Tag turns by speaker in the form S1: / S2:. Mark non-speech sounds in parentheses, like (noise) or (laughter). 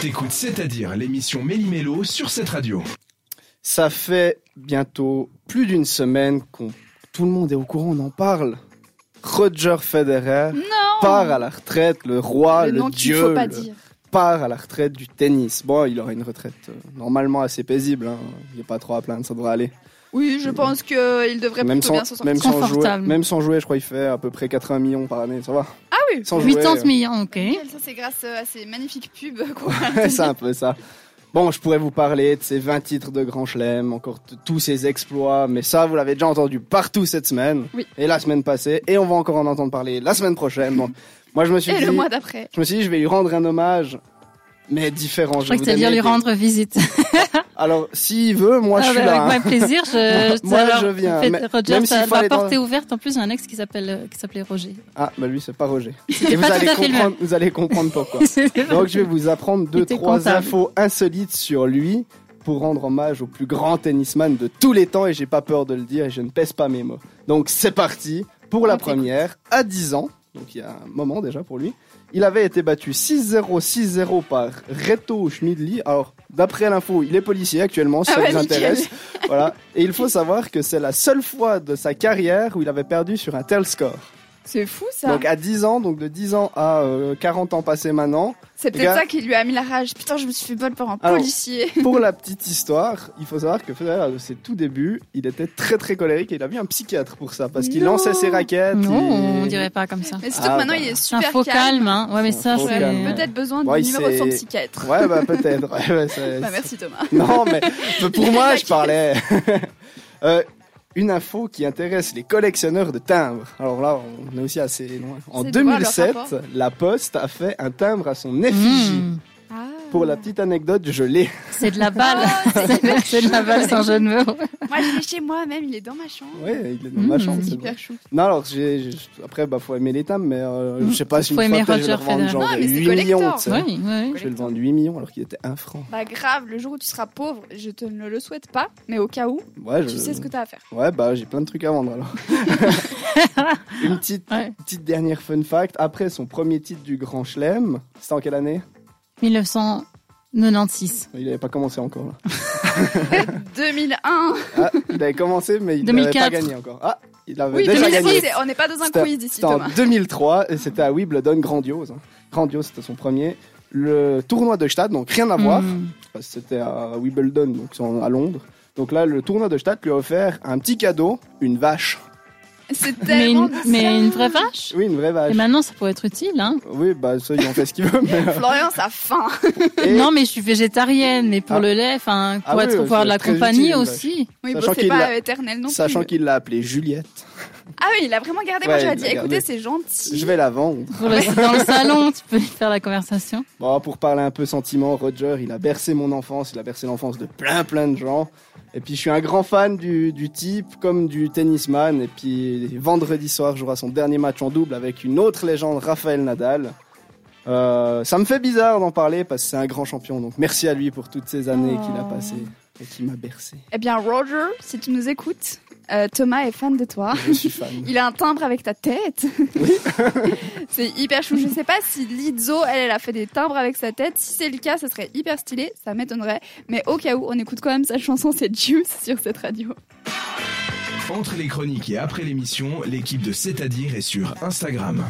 S1: T'écoutes C'est-à-dire l'émission Méli-Mélo sur cette radio.
S2: Ça fait bientôt plus d'une semaine qu'on tout le monde est au courant, on en parle. Roger Federer
S3: Non
S2: part à la retraite, le roi, le,
S3: nom qu'il
S2: dieu,
S3: faut pas
S2: le-
S3: dire.
S2: part à la retraite du tennis. Bon, il aura une retraite euh, normalement assez paisible, hein. il n'y a pas trop à plaindre, ça devrait aller.
S3: Oui, je
S2: Euh,
S3: pense qu'il devrait
S2: Même
S3: plutôt
S2: sans,
S3: bien s'en sortir.
S2: même, sans jouer,
S4: Confortable.
S2: même sans jouer, je crois qu'il fait à peu près 80 millions par année, ça va
S3: Ah oui
S2: Sans jouer,
S4: 80
S2: euh,
S4: millions, ok.
S3: Nickel, Ça, c'est grâce euh, à ces magnifiques pubs
S2: (laughs)
S3: qu'on a.
S2: Ouais, c'est un peu ça. Bon, je pourrais vous parler de ces 20 titres de Grand Chelem, encore t- tous ces exploits, mais ça, vous l'avez déjà entendu partout cette semaine,
S3: Oui.
S2: et la semaine passée, et on va encore en entendre parler la semaine prochaine.
S4: (laughs)
S2: Bon, moi, je me suis
S3: Et
S2: dit,
S3: le mois d'après.
S2: je me suis dit, je vais lui rendre un hommage, mais différent.
S4: Je crois
S2: vais
S4: que
S2: vous
S4: à dire
S2: donner
S4: lui
S2: des-
S4: rendre visite.
S2: Alors, s'il veut, moi,
S4: Ah
S2: je suis
S4: bah,
S2: là. hein.
S4: Avec plaisir,
S2: (laughs)
S4: je,
S2: Moi,
S4: alors,
S2: je viens,
S4: faites-
S2: mais-
S4: Roger,
S2: même
S4: ça,
S2: s'il fallait
S4: la porte
S2: dans-
S4: est ouverte. En plus, j'ai un ex qui s'appelle, euh, qui s'appelait Roger.
S2: Ah, bah lui, c'est pas Roger. Et vous
S4: pas tout
S2: allez
S4: à fait le
S2: comprendre, vous allez comprendre pourquoi. (laughs) Donc, je vais vous apprendre deux,
S4: était
S2: trois
S4: comptable.
S2: infos insolites sur lui pour rendre hommage au plus grand tennisman de tous les temps et j'ai pas peur de le dire et je ne pèse pas mes mots. Donc, c'est parti pour la
S3: On t'écoute.
S2: première. À 10 ans, donc il y a un moment déjà pour lui, il avait été battu 6-0, 6-0 par Reto Schmidli. Alors, d'après l'info, il est policier actuellement, si
S3: Ah
S2: ça
S3: ouais,
S2: vous
S3: nickel.
S2: intéresse. voilà. Et il faut savoir que c'est la seule fois de sa carrière où il avait perdu sur un tel score.
S3: C'est fou ça.
S2: Donc à 10 ans, donc de 10 ans à euh, 40 ans passés maintenant, gars-
S3: C'est
S2: Ah
S3: peut-être ça qui lui a mis la rage. Putain, je me suis fait bol par un
S2: Alors-
S3: policier.
S2: pour la petite histoire, il faut savoir que Federer, de ses tout débuts, il était très très colérique et il a vu un psychiatre pour ça, parce qu'il
S3: Non.
S2: lançait ses raquettes.
S4: Non,
S2: il-
S4: on dirait pas comme ça.
S3: Mais surtout
S2: Ah
S3: que maintenant,
S2: bah.
S3: il est
S4: C'est un
S3: super
S4: faux
S3: calme.
S4: calme. hein. Ouais, mais
S2: C'est un
S4: ça,
S2: faux
S4: c'est.
S2: calme.
S4: euh,
S3: Peut-être besoin
S2: Ouais,
S3: du numéro de son
S2: c'est-
S3: psychiatre.
S2: Ouais, bah peut-être. Ouais, ouais, c'est-
S3: Bah, merci Thomas.
S2: (laughs) Non, mais pour moi,
S3: (laughs)
S2: je parlais. (laughs) Euh, une info qui intéresse les collectionneurs de timbres. Alors là, on est aussi assez loin. En
S3: C'est de voir leur
S2: 2007,
S3: rapport.
S2: la Poste a fait un timbre à son effigie.
S4: hmm,
S2: Pour la petite anecdote, je l'ai.
S4: c'est de la balle.
S3: Ah, c'est-
S4: (laughs) c'est de la balle sans jeu de mots.
S3: Moi, je l'ai chez moi même, il est dans ma chambre.
S2: Ouais, il est dans ma
S4: Mmh.
S2: chambre.
S3: C'est
S2: c'est bon.
S3: Hmm, super chou.
S2: Non, alors, j'ai, j'ai- après, bah, faut aimer les timbres, mais euh,
S3: Mm.
S2: je sais pas si
S4: Faut
S2: une
S4: aimer
S2: fois, peut-être, je vais le
S4: Roger
S2: revendre
S4: Federer.
S2: genre
S3: Non, Ah, mais c'est
S2: 8 millions,
S3: collector.
S2: tu sais.
S4: Oui, oui.
S2: Je vais le vendre 8 millions alors qu'il était 1 franc.
S3: Bah grave, le jour où tu seras pauvre, je te ne le souhaite pas, mais au cas où,
S2: Ouais, je...
S3: tu sais ce que t'as à faire.
S2: ouais, bah, j'ai plein de trucs à vendre
S3: (laughs)
S2: alors. une petite,
S4: Ouais.
S2: petite dernière fun fact. Après son premier titre du Grand Chelem, c'était en quelle année
S4: 1996.
S2: Il avait pas commencé encore
S3: (laughs)
S2: là.
S3: 2001
S2: Ah, il avait commencé, mais il n'avait pas
S4: 2004.
S2: gagné encore. Ah, il avait
S3: Oui,
S2: déjà
S3: 2006,
S2: gagné.
S3: c'est- on n'est pas dans un
S2: C'était-
S3: quiz ici,
S2: C'était en
S3: Thomas.
S2: 2003 et c'était à Wimbledon, grandiose. hein. Grandiose, c'était son premier. Le tournoi de Stade, donc rien à voir.
S3: Mm.
S4: Hmm.
S2: Parce que C'était à Wimbledon, donc c'est en- à Londres. Donc là, le tournoi de Stade lui a offert un petit cadeau, une vache.
S3: C'est
S4: Mais
S3: tellement
S4: une, mais une
S3: bizarre.
S4: vraie vache
S2: Oui, une vraie vache.
S4: Et maintenant, ça pourrait être utile. Hein.
S2: Oui, bah ça, ils ont fait ce qu'ils veulent.
S3: (laughs)
S2: mais-
S3: Florian, ça faim.
S2: Et
S4: Non, mais je suis végétarienne, mais pour
S2: Ah.
S4: le lait, enfin, pour
S2: Ah oui,
S4: être, pour
S2: c'est
S4: avoir de la
S2: très
S4: compagnie
S2: utile, une (laughs)
S4: aussi.
S3: Oui, bon,
S2: Sachant
S3: c'est
S2: qu'il
S3: pas
S2: l'a-
S3: éternel non
S2: Sachant
S3: plus.
S2: qu'il l'a appelée Juliette.
S3: Ah oui, il a vraiment gardé. Moi,
S2: Ouais,
S3: j'aurais
S2: il
S3: dit,
S2: l'a gardé.
S3: écoutez, c'est gentil.
S2: Je vais la vendre.
S4: Pour le- dans le salon, tu peux faire la conversation.
S2: Bon, pour parler un peu sentiment, Roger, il a bercé mon enfance, il a bercé l'enfance de plein plein de gens. Et puis je suis un grand fan du, du type, comme du tennisman. Et puis vendredi soir, jouera son dernier match en double avec une autre légende, Raphaël Nadal. Euh, ça me fait bizarre d'en parler parce que c'est un grand champion. Donc merci à lui pour toutes ces années qu'il a
S3: Oh.
S2: passées et qui m'a bercé.
S3: Eh bien, Roger, si tu nous écoutes, euh, Thomas est fan de toi.
S2: Je suis fan.
S3: Il a un timbre avec ta tête. (laughs) c'est hyper chou. Je sais pas si Lizzo, elle, elle a fait des timbres avec sa tête. Si c'est le cas, ça serait hyper stylé. Ça m'étonnerait. Mais au cas où, on écoute quand même sa chanson, c'est Juice sur cette radio.
S1: Entre les chroniques et après l'émission, l'équipe de C'est-à-dire est sur Instagram.